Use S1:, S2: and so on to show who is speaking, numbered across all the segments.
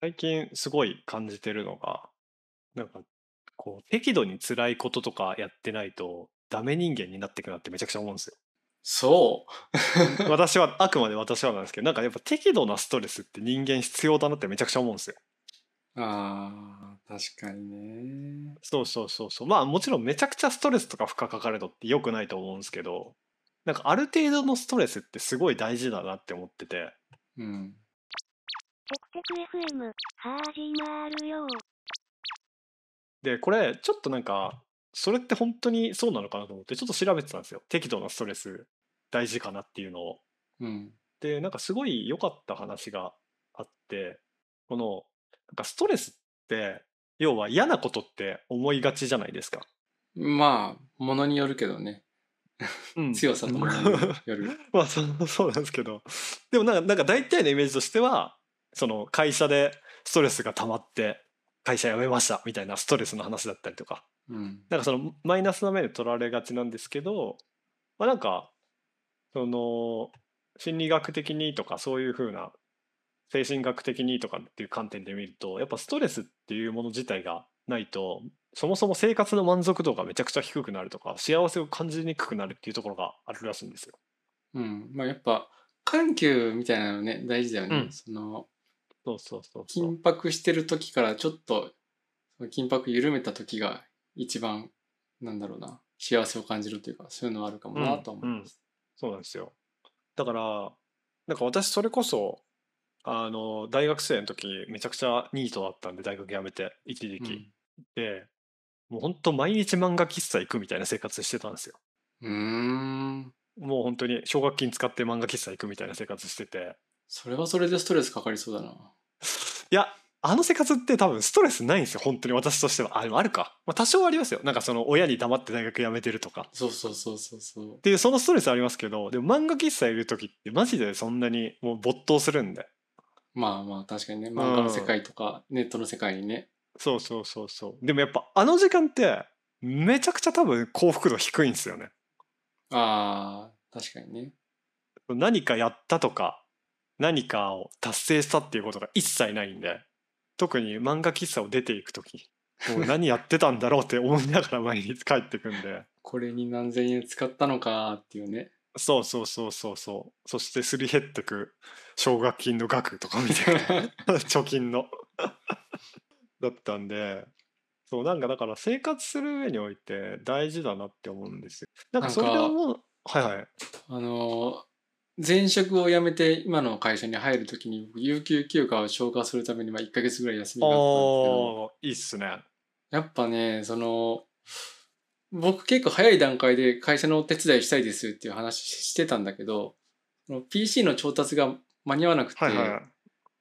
S1: 最近すごい感じてるのが、なんか、こう、適度に辛いこととかやってないと、ダメ人間になっていくなってめちゃくちゃ思うんです よ。
S2: そう。
S1: 私は、あくまで私はなんですけど、なんかやっぱ適度なストレスって人間必要だなってめちゃくちゃ思うんですよ。
S2: ああ、確かにね。
S1: そうそうそうそう。まあもちろんめちゃくちゃストレスとか負荷かかるのって良くないと思うんですけど、なんかある程度のストレスってすごい大事だなって思ってて。
S2: うん。
S3: テクテク FM 始まるよ。
S1: で、これちょっとなんか、それって本当にそうなのかなと思ってちょっと調べてたんですよ。適度なストレス大事かなっていうのを。
S2: うん。
S1: で、なんかすごい良かった話があって、この、なんかストレスって要は嫌なことって思いがちじゃないですか。
S2: まあ、ものによるけどね。
S1: うん、
S2: 強さとものによる。
S1: まあそ そうなんですけどでもなんかなんか大体のイメージとしてはその会社でストレスが溜まって会社辞めましたみたいなストレスの話だったりとか、
S2: うん、
S1: なんかそのマイナスな面で取られがちなんですけど、まあ、なんかその心理学的にとかそういうふうな精神学的にとかっていう観点で見るとやっぱストレスっていうもの自体がないとそもそも生活の満足度がめちゃくちゃ低くなるとか幸せを感じにくくなるっていうところがあるらしいんですよ。
S2: うんまあ、やっぱ緩急みたいなのね大事だよね。
S1: うん、
S2: その
S1: そうそうそうそう。
S2: 緊迫してる時からちょっとその緊迫緩めた時が一番なんだろうな幸せを感じるというかそういうのはあるかもなと思います、
S1: うんうん、そうなんですよ。だからなんか私それこそあの大学生の時めちゃくちゃニートだったんで大学辞めて一時期、でもうほんと毎日漫画喫茶行くみたいな生活してたんですよ
S2: うん
S1: もう本当に奨学金使って漫画喫茶行くみたいな生活してて
S2: それはそれでストレスかかりそうだない
S1: やあの生活って多分ストレスないんですよ本当に私としてはあでもあるか、まあ、多少ありますよなんかその親に黙って大学辞めてるとか
S2: そうそうそうそうそうって
S1: いうそのストレスありますけどでも漫画喫茶いる時ってマジでそんなにもう没頭するんで
S2: まあまあ確かにね漫画の世界とかネットの世界にね、
S1: うん、そうそうそうそうでもやっぱあの時間ってめちゃくちゃ多分幸福度低いんですよね
S2: あー確かにね
S1: 何かやったとか何かを達成したっていうことが一切ないんで特に漫画喫茶を出ていく時もう何やってたんだろうって思いながら毎日帰ってくんで
S2: これに何千円使ったのかっていうね
S1: そうそうそうそうそう。そしてすり減ってく奨学金の額とかみたいな 貯金のだったんで、そうなんかだから生活する上において大事だなって思うんですよ。なんかそれはもうはいはい。
S2: あの前職を辞めて今の会社に入るときに有給休暇を消化するためにまあ1か月ぐらい休みがあったんですけど。
S1: いいっすね。
S2: やっぱねその。僕結構早い段階で会社のお手伝いしたいですっていう話してたんだけど PC の調達が間に合わなくて、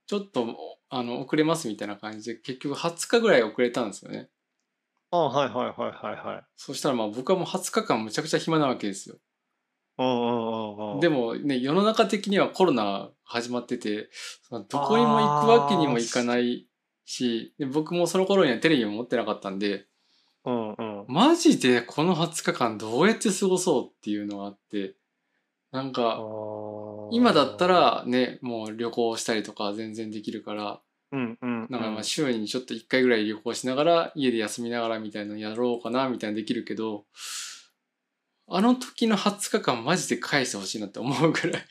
S2: ちょっとあの遅れますみたいな感じで結局20日ぐらい遅れたんですよね。
S1: あはいはいはいはいはい。
S2: そしたらまあ僕はもう20日間むちゃくちゃ暇なわけですよ。でもね世の中的にはコロナ始まっててどこにも行くわけにもいかないしで僕もその頃にはテレビも持ってなかったんで。
S1: うんうん、
S2: マジでこの20日間どうやって過ごそうっていうのがあってなんか今だったらねもう旅行したりとか全然できるから、
S1: うんうん、うん、
S2: なん かまあ週にちょっと1回ぐらい旅行しながら家で休みながらみたいなのやろうかなみたいなできるけどあの時の20日間マジで返してほしいなって思うぐらい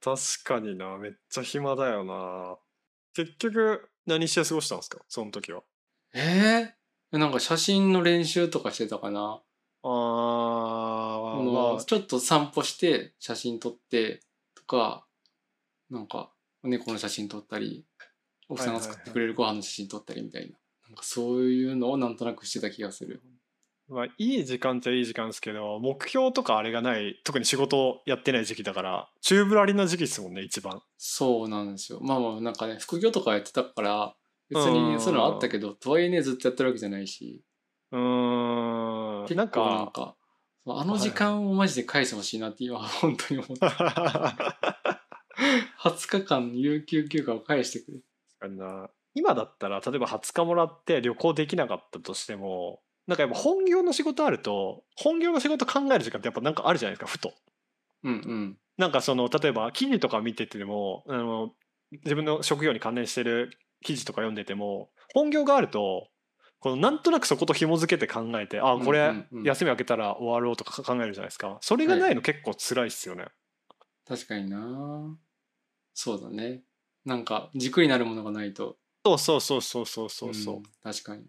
S1: 確かになめっちゃ暇だよな結局何して過ごしたんですかその時は
S2: えー、なんか写真の練習とかしてたかな。
S1: ああ、ま
S2: あ、ちょっと散歩して写真撮ってとか、なんか猫の写真撮ったり、奥さんが作ってくれるご飯の写真撮ったりみたいな。なんかそういうのをなんとなくしてた気がする。
S1: まあ、いい時間っちゃいい時間ですけど、目標とかあれがない、特に仕事やってない時期だから、チューブラリな時期ですもんね、一番。
S2: そうなんですよ。まあまあ、なんかね、副業とかやってたから、別にそういうのあったけどとはいえねずっとやってるわけじゃないし
S1: うん
S2: 結構なんかあの時間をマジで返してほしいなって今 本当に思った 20日間有給休暇を返してくれ
S1: 今だったら例えば20日もらって旅行できなかったとしてもなんかやっぱ本業の仕事あると本業の仕事考える時間ってやっぱなんかあるじゃないですかふと。
S2: うんうん、
S1: なんかその例えば記事とか見ててもあの自分の職業に関連してる記事とか読んでても本業があるとこのなんとなくそこと紐付けて考えてあこれ休み明けたら終わろうとか考えるじゃないですかそれがないの結構辛いっすよね。
S2: 確かになそうだねなんか軸になるものがないと
S1: そうそうそうそうそうそうそう。
S2: ん確かに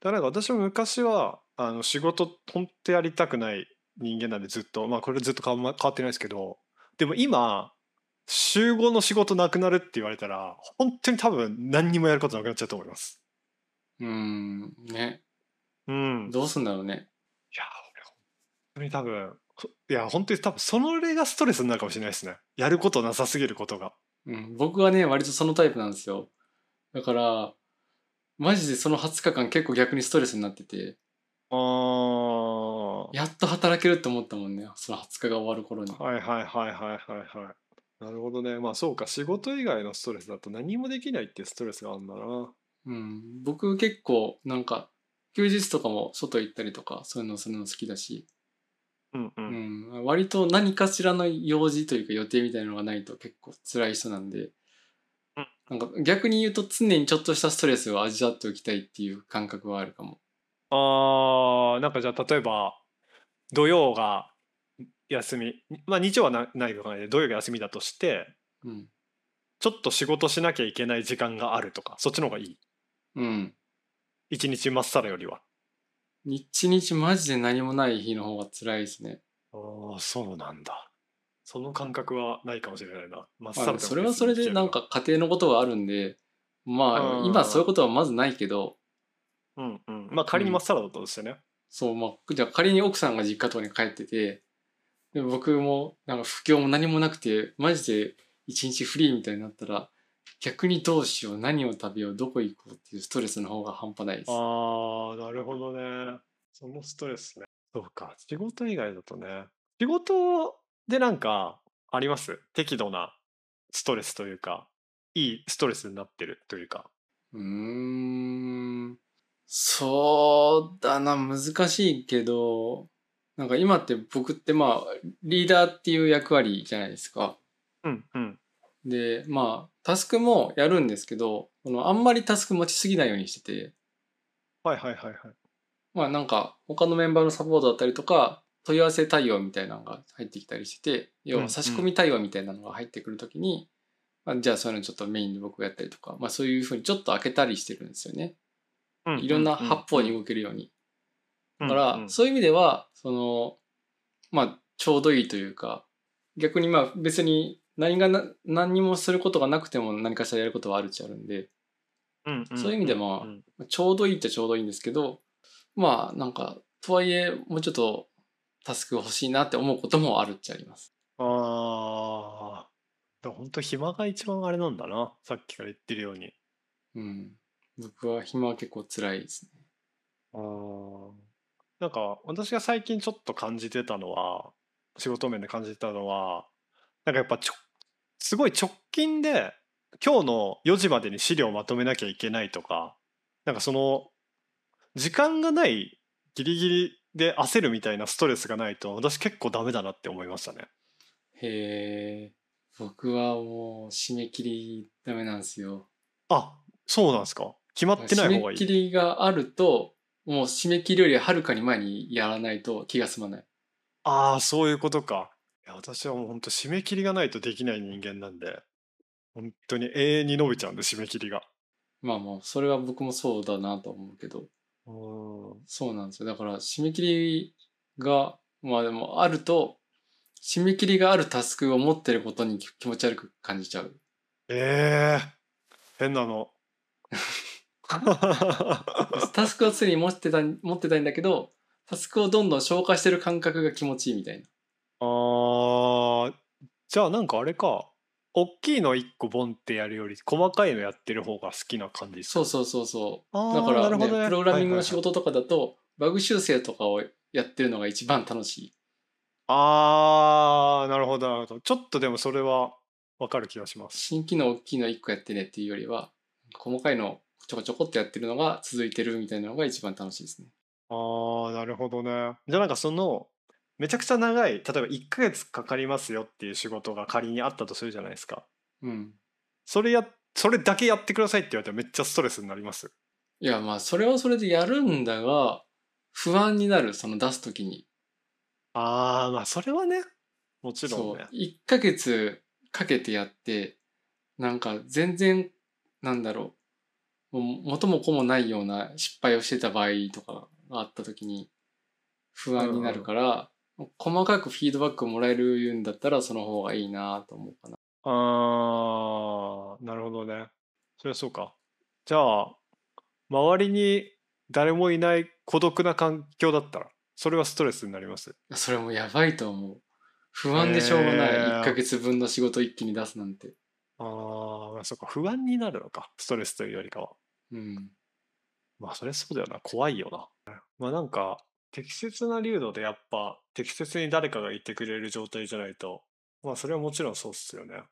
S1: だからなんか私も昔はあの仕事本当やりたくない人間なんでずっとまあこれずっと変わんま変わってないですけどでも今週5の仕事なくなるって言われたら本当に多分何にもやることなくなっちゃうと思います。
S2: うんね
S1: うん、い
S2: どうすんだろうね
S1: や俺本当に多分そいや本当に多分それがストレスになるかもしれないですねやることなさすぎることが。
S2: うん、僕はね、割とそのタイプなんですよ。だから、マジでその20日間結構逆にストレスになってて、
S1: ああは
S2: やっと働けるって思ったもんね、その20日が終わる頃に。
S1: いはいはいはいはいはい。なるほどねまあそうか仕事以外のストレスだと何もできないっていうストレスがあるんだな。
S2: うん、僕結構なんか、休日とかも外行ったりとか、そういうのするの好きだし、
S1: うんう
S2: うんん、割と何かしらの用事というか予定みたいなのがないと結構辛い人なんで
S1: うん、
S2: なんか逆に言うと常にちょっとしたストレスを味わっておきたいっていう感覚はあるかも。
S1: あーなんかじゃあ例えば土曜が休みまあ日曜はなないとかで土曜が休みだとして
S2: うん。
S1: ちょっと仕事しなきゃいけない時間があるとかそっちの方がいい
S2: うん。
S1: 一日まっさらよりは
S2: 一日マジで何もない日の方が辛いですね。
S1: ああそうなんだその感覚はないかもしれないなまっ
S2: ま
S1: さら
S2: あ、
S1: も
S2: それはそれでなんか家庭のことがあるんで、ま
S1: う
S2: あ
S1: ん
S2: 今そういうことはまずないけど、
S1: うんうんまあ仮にまっさらだったとしてね、
S2: そう、まあ、じゃあ仮に奥さんが実家とかに帰ってて、で僕もなんか不況も何もなくて、マジで一日フリーみたいになったら、逆にどうしよう、何を食べよう、どこ行こうっていうストレスの方が半端ないです。
S1: ああなるほどねそのストレスねそうか仕事以外だとね仕事でなんかあります適度なストレスというかいいストレスになってるというか
S2: うーんそうだな、難しいけど、なんか今って僕ってまあ、リーダーっていう役割じゃないですか。
S1: うんうん
S2: で、まあ、タスクもやるんですけど、このあんまりタスク持ちすぎないようにしてて、
S1: はいはいはいはい
S2: まあなんか他のメンバーのサポートだったりとか、問い合わせ対応みたいなのが入ってきたりしてて、要
S1: うんう
S2: は
S1: ん
S2: 差し込み対応みたいなのが入ってくるときに、まあ、じゃあそういうのちょっとメインで僕がやったりとか、まあそういうふうにちょっと開けたりしてるんですよね。
S1: ううう
S2: いろんな八方に動けるように。
S1: う
S2: だ
S1: ん
S2: から、
S1: うん
S2: そういう意味では、その、まあ、ちょうどいいというか、逆にまあ別に何がな、何にもすることがなくても何かしらやることはあるっちゃあるんで、
S1: うんん
S2: そういう意味でも
S1: んん
S2: まあちょうどいいっちゃちょうどいいんですけど、まあなんか、とはいえ、もうちょっとタスク欲しいなって思うこともあるっちゃあります。
S1: ああだから本当暇が一番あれなんだなさっきから言ってるように
S2: うん。僕は暇は結構辛いですね。
S1: あーなんか私が最近ちょっと感じてたのは仕事面で感じてたのはなんかやっぱちょすごい直近で今日の4時までに資料をまとめなきゃいけないとかなんかその時間がないギリギリで焦るみたいなストレスがないと私結構ダメだなって思いましたね。
S2: へえ。僕はもう締め切りダメなんですよ。
S1: あそうなんですか決まってない方がい
S2: 締め切
S1: い。
S2: りがあるともう締め切りよりはるかに前にやらないと気が済まない
S1: ああそういうことか。いや私はもう本当締め切りがないとできない人間なんで本当に永遠に伸びちゃうんで締め切りが。
S2: まあまあそれは僕もそうだなと思うけど
S1: うーん
S2: そうなんですよだから締め切りがまあでもあると締め切りがあるタスクを持ってることに気持ち悪く感じちゃう
S1: ええ変なの。
S2: タスクは常に持ってた持ってたいんだ けどタスクをどんどん消化してる感覚が気持ちいいみたいな
S1: あーじゃあなんかあれか大きいの1個ボンってやるより細かいのやってる方が好きな感じです
S2: そうそうそうそう
S1: あー
S2: だから、
S1: なるほ
S2: ね
S1: どね
S2: プログラミン
S1: はい
S2: グの
S1: はい
S2: 仕事とかだと、バグ修正とかをやってるのが一番楽しい
S1: あーなるほどなるほどちょっとでもそれはわかる気がします
S2: 新機能大きいの1個やってねっていうよりは細かいのちょこちょこっとやってるのが続いてるみたいなのが一番楽しいですね
S1: あーなるほどねじゃあなんかそのめちゃくちゃ長い例えば1ヶ月かかりますよっていう仕事が仮にあったとするじゃないですか
S2: うん
S1: それやそれだけやってくださいって言われたらめっちゃストレスになります
S2: いや、まあ、それはそれでやるんだが、不安になる、その出すときに。
S1: あーまあそれはねもちろ
S2: そ
S1: んね
S2: う。1ヶ月かけてやって、なんか全然、なんだろう、もう元も子もないような失敗をしてた場合とかがあった時に不安になるから、細かくフィードバックをもらえるんだったらその方がいいなと思うかな。
S1: ああ、なるほどね。そりゃそうか。じゃあ、周りに誰もいない孤独な環境だったら、それはストレスになります。
S2: それもやばいと思う。不安でしょうがない。
S1: へー
S2: 1ヶ月分の仕事一気に出すなんて。
S1: ああ、そっか、不安になるのか、ストレスというよりかは。
S2: うん。
S1: まあ、そりゃそうだよな、怖いよな。まあ、なんか、適切な流度でやっぱ、適切に誰かがいてくれる状態じゃないと、まあ、それはもちろんそうっすよね。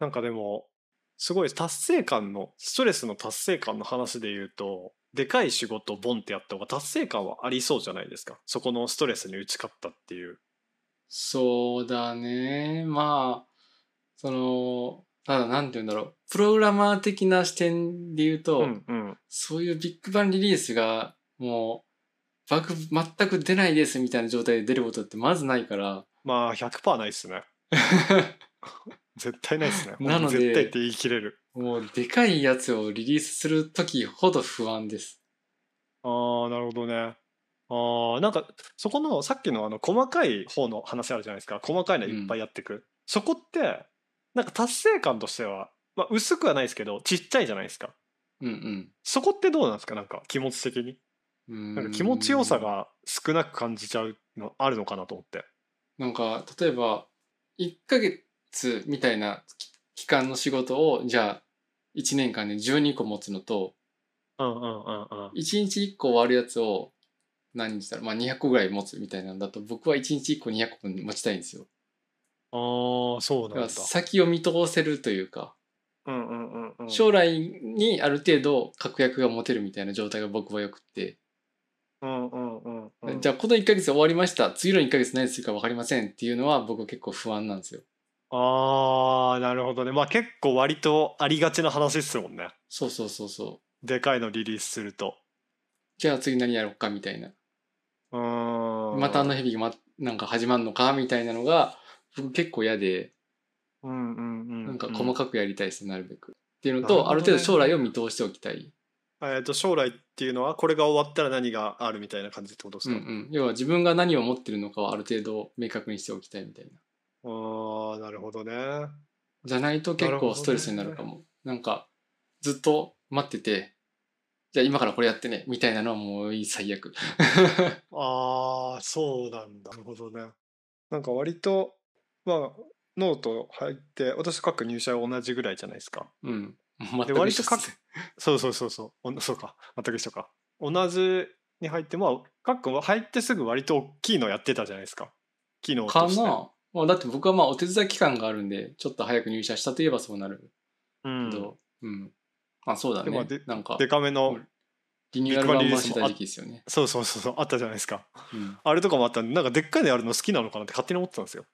S1: なんかでも、すごい達成感の、ストレスの達成感の話で言うと、でかい仕事をボンってやった方が達成感はありそうじゃないですか。そこのストレスに打ち勝ったっていう。
S2: そうだね。まあ、その、ただなんて言うんだろう。プログラマー的な視点で言うと、
S1: うんうん。
S2: そういうビッグバンリリースが、もう、バグ全く出ないですみたいな状態で出ることってまずない から、
S1: まあ、100%ないっすね。絶対ないっ すね。
S2: なので
S1: 絶対って言い切れる。
S2: もうでかいやつをリリースするときほど不安です。
S1: ああ、なるほどね。ああ、なんか、そこの、さっきのあの、細かい方の話あるじゃないですか。細かいのいっぱいやってく。そこって、なんか達成感としては、まあ、薄くはないですけど、ちっちゃいじゃないですか。
S2: うん
S1: そこってどうなんですかなんか、気持ち的に。
S2: うん。
S1: なんか気持ちよさ。が少なく感じちゃうの、あるのかなと思って。
S2: なんか、例えば、1ヶ月みたいな期期間の仕事を、じゃあ、1年間で12個持つのと、
S1: うんうんうんうん。
S2: 1日1個終わるやつを何にしたら、まあ200個ぐらい持つみたいなんだと、僕は1日1個200個持ちたいんですよ。
S1: ああ、そう
S2: だ
S1: なん
S2: か
S1: だ
S2: ら。先を見通せるというか、
S1: うんうんうんうん。
S2: 将来にある程度確約が持てるみたいな状態が僕はよくって、
S1: うんうんうんうん。
S2: じゃあこの1ヶ月終わりました次の1ヶ月何するか分かりませんっていうのは僕は結構不安なんですよ
S1: ああ、なるほどね。まあ結構割とありがちな話っすもんね。
S2: そうそうそうそう
S1: でかいのリリースすると。
S2: じゃあ次何やろうかみたいな
S1: うーん
S2: またあの日々が、ま、なんか始まるのかみたいなのが僕結構嫌で
S1: うんうんうん、
S2: なんか細かくやりたいですなるべくっていうの
S1: なる
S2: と
S1: ほどね
S2: ある程度将来を見通しておきたい
S1: うんえっ、と将来っていうのはこれが終わったら何があるみたいな感じってことです
S2: うん
S1: か、
S2: うん要は自分が何を持ってるのかはある程度明確にしておきたいみたいな
S1: ああなるほどね
S2: じゃないと結
S1: なるほ
S2: 構
S1: どね
S2: ストレスになるかも。なんか、ずっと待ってて、じゃあ今からこれやってね、みたいなのはもう最悪。
S1: ああそうなんだなるほどねなんか割とまあノート入って私書く入社は同じぐらいじゃないですか
S2: うん。全
S1: で
S2: く
S1: 割
S2: 一
S1: と
S2: 緒
S1: 各
S2: です。
S1: そうそうそうそうおんそうか全く一緒か同じに入ってまあかっくんは入ってすぐ割と大きいのやってたじゃないですか機能
S2: か
S1: として
S2: なまあだって僕はまあお手伝い期間があるんで、ちょっと早く入社したといえばそうなる
S1: うん
S2: けど、うん。まあそうだ
S1: でも
S2: ね
S1: で。
S2: なんか、
S1: でかめの
S2: リニューアル版
S1: ビッグバンリリース
S2: 回し
S1: も
S2: てた時期ですよね。
S1: そうそうそうそうあったじゃないですか
S2: うん、
S1: あれとかもあったんでなんかでっかいのやるの好きなのかなって勝手に思ってたんですよ。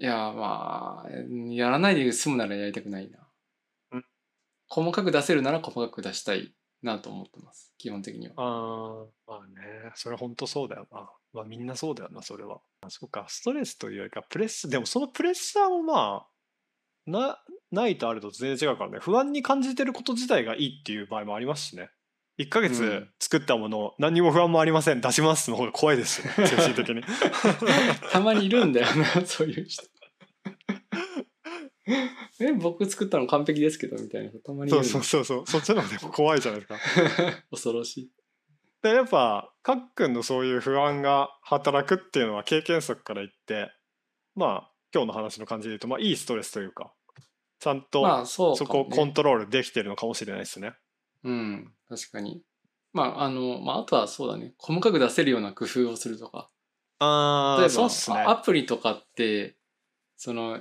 S2: いや、まあ、やらないで済むならやりたくないな
S1: うん。
S2: 細かく出せるなら細かく出したいなと思ってます。基本的には。
S1: ああまあねそれ本当そうだよな。まあみんなそうだよなそれは。あそうかストレスというよりかプレッシャーでもそのプレッシャーもまあなないとあると全然違うからね不安に感じてること自体がいいっていう場合もありますしね。1ヶ
S2: う
S1: 月
S2: ん
S1: 作ったものを何にも不安もありません出しますの方が怖いですよ精神的に。
S2: たまにいるんだよな そういう人え僕作ったの完璧ですけどみたいな人たま にい
S1: そ
S2: るん
S1: う
S2: だよ
S1: そうそう そうそっちの方がでも怖いじゃないですか。
S2: 恐ろしい
S1: でやっぱかっくんのそういう不安が働くっていうのは経験則から言ってまあ今日の話の感じで言うと、まあ、いいストレスというかちゃん
S2: ま
S1: と
S2: あそう
S1: そ
S2: か
S1: こ
S2: も
S1: を
S2: ね
S1: コントロールできてるのかもしれないですね。
S2: うん確かにまああの、まあ、あとはそうだね細かく出せるような工夫をするとか
S1: あ
S2: 例え
S1: そう
S2: ば
S1: っすね。
S2: あアプリとかってその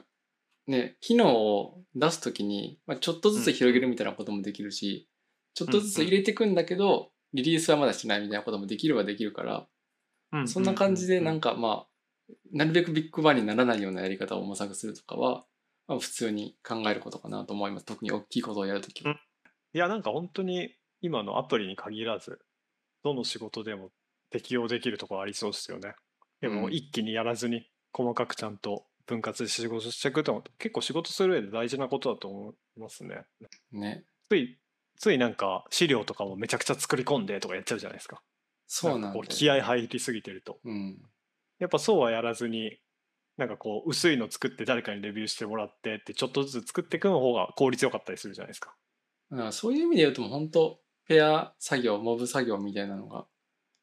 S2: ね機能を出すときに、まあ、ちょっとずつ広げるみたいなこともできるし、ちょっとずつ入れていくんだけど、リリースはまだしないみたいなこともできるはできるから、そんな感じでなん
S1: か
S2: かまあなるべくビッグバンにならないようなやり方を模索するとかは、ままあ、普通に考えることかなと思います。特に大きいことをやるときは。
S1: いや、なんか本当に今のアプリに限らず、どの仕事でも適用できるところありそうですよね。で
S2: う
S1: も
S2: ん
S1: 一気にやらずに、細かくちゃんと分割して仕事していくと結構仕事する上で大事なことだと思いますね。
S2: ね。
S1: つい、ついなんか資料とかもめちゃくちゃ作り込んでとかやっちゃうじゃないですか。
S2: そうなん
S1: か
S2: だ
S1: こ
S2: よ
S1: う気合入りすぎてると。
S2: うん。
S1: やっぱそうはやらずに、なんかこう薄いの作って誰かにレビューしてもらってってちょっとずつ作っていくの方が効率よかったりするじゃないですか。
S2: だからそういう意味で言うと、もう本当ペア作業、モブ作業みたいなのが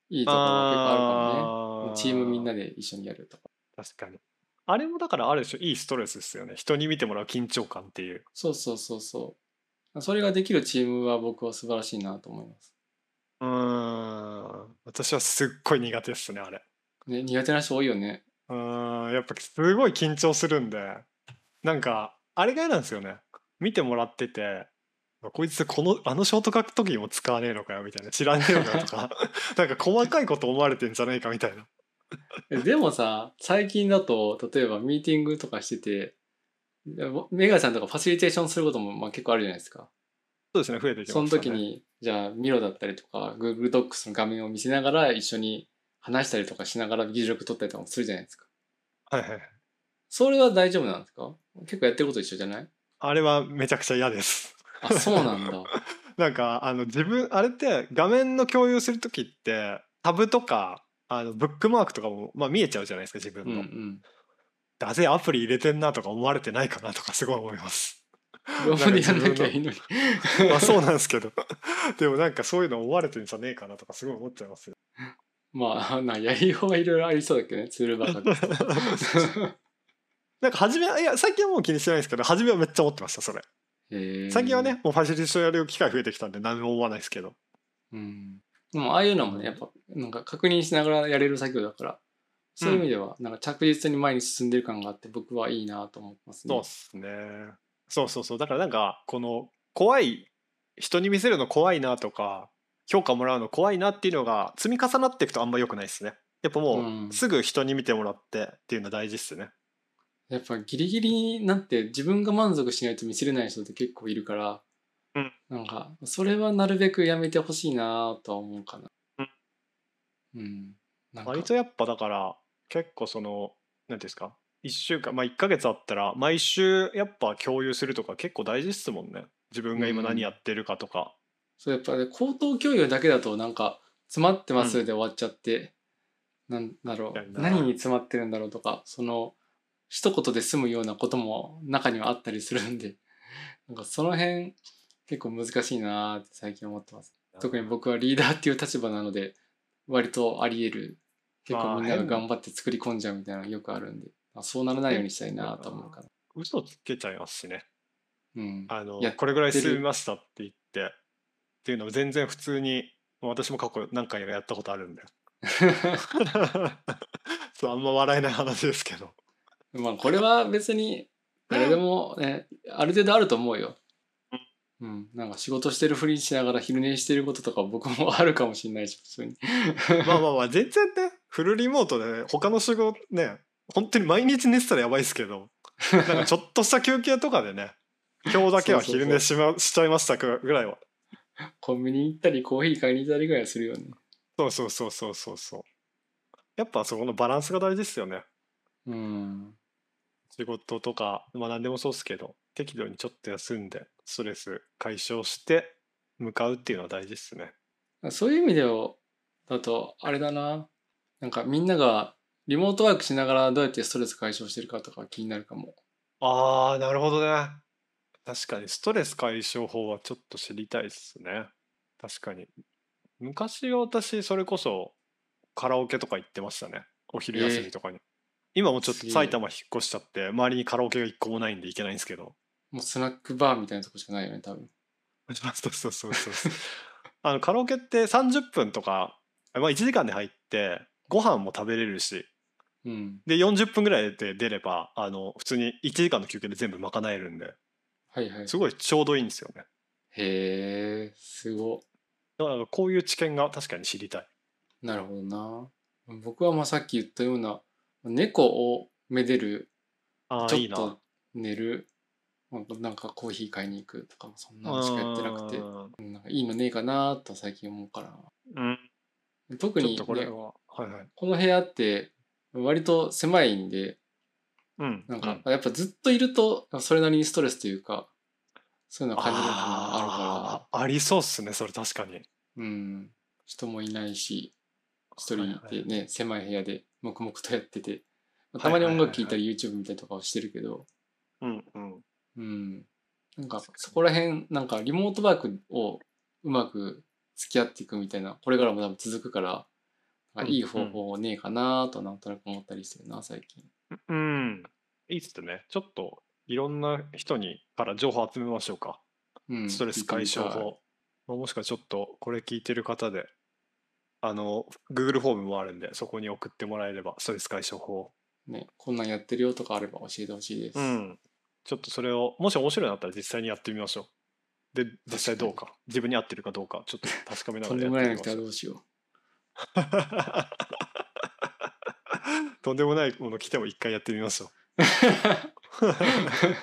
S2: いいところが結構あるからね。もうチームみんな
S1: で。
S2: で一緒にやるとか。
S1: 確かに。あれもだからある種いいストレスですよね。人に見てもらう緊張感っていう。
S2: そうそうそうそう。それができるチームは僕は素晴らしいなと思います。
S1: うーん。私はすっごい苦手ですね、あれ。
S2: ね、苦手な人多いよね。
S1: うーん。やっぱすごい緊張するんで。なんか、あれが嫌なんですよね。見てもらってて、こいつこの、あのショート書くときも使わねえのかよ、みたいな。知らねえのかよと か。 なんか細かいこと思われてんじゃないか、みたいな。
S2: えでもさ、最近だと、例えばミーティングとかしてて、でもメガさんとかファシリテーションすることもまあ結構あるじゃないですか。
S1: そうですね、増えてきました
S2: そ
S1: ね。
S2: の時。に、じゃあ、ミロだったりとか、Google Docs の画面を見せながら一緒に話したりとかしながら議事録取ったりとかもするじゃないですか。
S1: はいはい。
S2: それは大丈夫なんですか結構やってること一緒じゃない
S1: あれはめちゃくちゃ嫌です。
S2: あ、 そうなんだ。
S1: なんかあの自分あれって画面の共有する時ってタブとかあのブックマークとかも、まあ、見えちゃうじゃないですか自分
S2: うんう
S1: の。
S2: ん。
S1: だぜアプリ入れてんなとか思われてないかなとかすごい思います。
S2: 両方でやんなきゃいいのに。
S1: まあそうなんですけどでもなんかそういうの思われてんじゃねえかなとかすごい思っちゃいますよ。
S2: まあ、なやりようはいろいろありそうだけどね、ツールば かり。
S1: なんか初めはいや最近はもう気にしてないですけど初めはめっちゃ思ってましたそれ。
S2: へー
S1: 最近はねもうファシリテーションやる機会増えてきたんで何も思わないですけど。
S2: うん、でもああいうのもねやっぱなんか確認しながらやれる作業だからそういう意味ではなんか着実に前に進んでる感があって僕はいいなと思ってますね。
S1: そうっすね。そうそうそう。だからなんか、この怖い、人に見せるの怖いなとか、評価もらうの怖いなっていうのが積み重なっていくとあんま良くないですね。やっぱ
S2: う
S1: も
S2: ん
S1: う、すぐ人に見てもらってっていうのは大事っすね。
S2: やっぱギリギリになって自分が満足しないと見せれない人って結構いるから、
S1: うん
S2: なんかそれはなるべくやめてほしいなとは思うかな。うん。なんか
S1: 割とやっぱだから、結構その、なんていうんですか、1週間、まあ1ヶ月あったら、毎週やっぱ共有するとか結構大事っすもんね。自分が今何やってるかとか。
S2: そうやっぱね口頭共有だけだとなんか詰まってますで終わっちゃって、なんだろ
S1: 確
S2: う
S1: かにな
S2: 何に詰まってるんだろうとかその一言で済むようなことも中にはあったりするんでなんかその辺結構難しいなーって最近思ってます特に僕はリーダーっていう立場なので割とあり得る結
S1: まあ
S2: 構みんなが
S1: 変な
S2: 頑張って作り込んじゃうみたいなのがよくあるんで、まあ、そうならないようにしたいなと思うかな、
S1: 嘘つけちゃいますしね。
S2: うん、
S1: あの
S2: やっ
S1: これぐらい
S2: てる
S1: 進みましたって言ってっていうのを全然普通にもう私も過去何回かやったことあるん だよそうあんま笑えない話ですけど
S2: まあこれは別に誰でも、ね、ある程度あると思うよ。うん、なんか仕事してるふりしながら昼寝してることとか僕もあるかもしれないし普通に。
S1: まあまあまあ全然ねフルリモートで他の仕事ね本当に毎日寝てたらやばいですけどなんかちょっとした休憩とかでね今日だけは
S2: そうそうそう
S1: 昼寝し,、ま、しちゃいましたぐらいは
S2: コンビニ行ったりコーヒー買いに行ったりぐらいはするよね。
S1: そうそうそうそうそうそうやっぱそこのバランスが大事ですよね
S2: うん。
S1: 仕事とか、まあ何でもそうっすけど、適度にちょっと休んで、ストレス解消して、向かうっていうのは大事っすね。
S2: そういう意味ではだとあれだな。なんかみんながリモートワークしながらどうやってストレス解消してるかとか気になるかも。
S1: ああ、なるほどね。確かに、ストレス解消法はちょっと知りたいっすね。確かに。昔は私、それこそ、カラオケとか行ってましたね。お昼休みとかに。今もちょっ
S2: す
S1: と
S2: げえ
S1: 埼玉引っ越しちゃって、周りにカラオケが一個もないんで行けないんですけ ど。
S2: もうスナックバーみたいなとこしかないよね多分。
S1: そうそうそうそうそうあのカラオケって30分とか、まあ、1時間で入ってご飯も食べれるし
S2: うん。
S1: で40分ぐらいで出ればあの普通に1時間の休憩で全部賄えるんで
S2: はいはい。へ
S1: すごいちょうどいいんですよね
S2: えすごっ。
S1: だからこういう知見が確かに知りたい
S2: なるほどな。僕はまあさっき言ったような猫をめでる
S1: あ
S2: ち
S1: あ
S2: ょ
S1: いい
S2: っ
S1: な
S2: と寝るほんとなんかコーヒー買いに行くとかもそんなのしかやってなくてうんなんかいいのねえかなと最近思うから
S1: うん、
S2: 特
S1: ちょ
S2: に、
S1: っ
S2: ね、
S1: と
S2: こ
S1: これは、はいはい。
S2: の部屋って割と狭いんで
S1: うん。
S2: なん
S1: う
S2: かやっぱずっといるとそれなりにストレスというかそういうのは感じるのがあるか
S1: あーありそうっすね、それ確かに。
S2: らうん人もいないし一
S1: はい
S2: 人
S1: は
S2: で
S1: い
S2: ね狭い部屋で黙々とやってて
S1: い
S2: たまに
S1: はい
S2: 音
S1: はい
S2: 楽聴いたり YouTube 見たりとかはしてるけど
S1: うんうん。
S2: うんなんか
S1: 確かに
S2: そこら辺なんかリモートワークをうまく付き合っていくみたいなこれからも多分続くからなんかいい方法ねえかなとなんとなく思ったりしてるな最近
S1: うん。いいっすね。ちょっといろんな人にから情報集めましょうか。
S2: うん
S1: ストレス解消
S2: 聞いてみ
S1: 法。まあもしくはちょっとこれ聞いてる方で、あの、Google フォームもあるんで、そこに送ってもらえれば、ストレス解消法。
S2: たいねこんなんやってるよとかあれば教えてほしいです
S1: うん。ちょっとそれを、もし面白いのあったら実際にやってみましょう。で、実際どうか、自分に合ってるかどうか、ちょっと確かめなが
S2: とん
S1: ら
S2: で
S1: や
S2: もない
S1: って
S2: の
S1: みま
S2: 来た
S1: し
S2: ら
S1: ょ
S2: ど
S1: う。
S2: うしよ
S1: とんでもないもの来ても一回やってみましょう。
S2: う
S1: わかんないですけど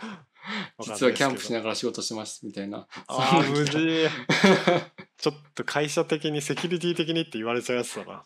S2: 実はキャンプしながら仕事してますみたいな
S1: ああ、
S2: そん
S1: 無
S2: なの来たら
S1: 事。ちょっと会 社的にセキュリティ的にって言われちゃうやつだな。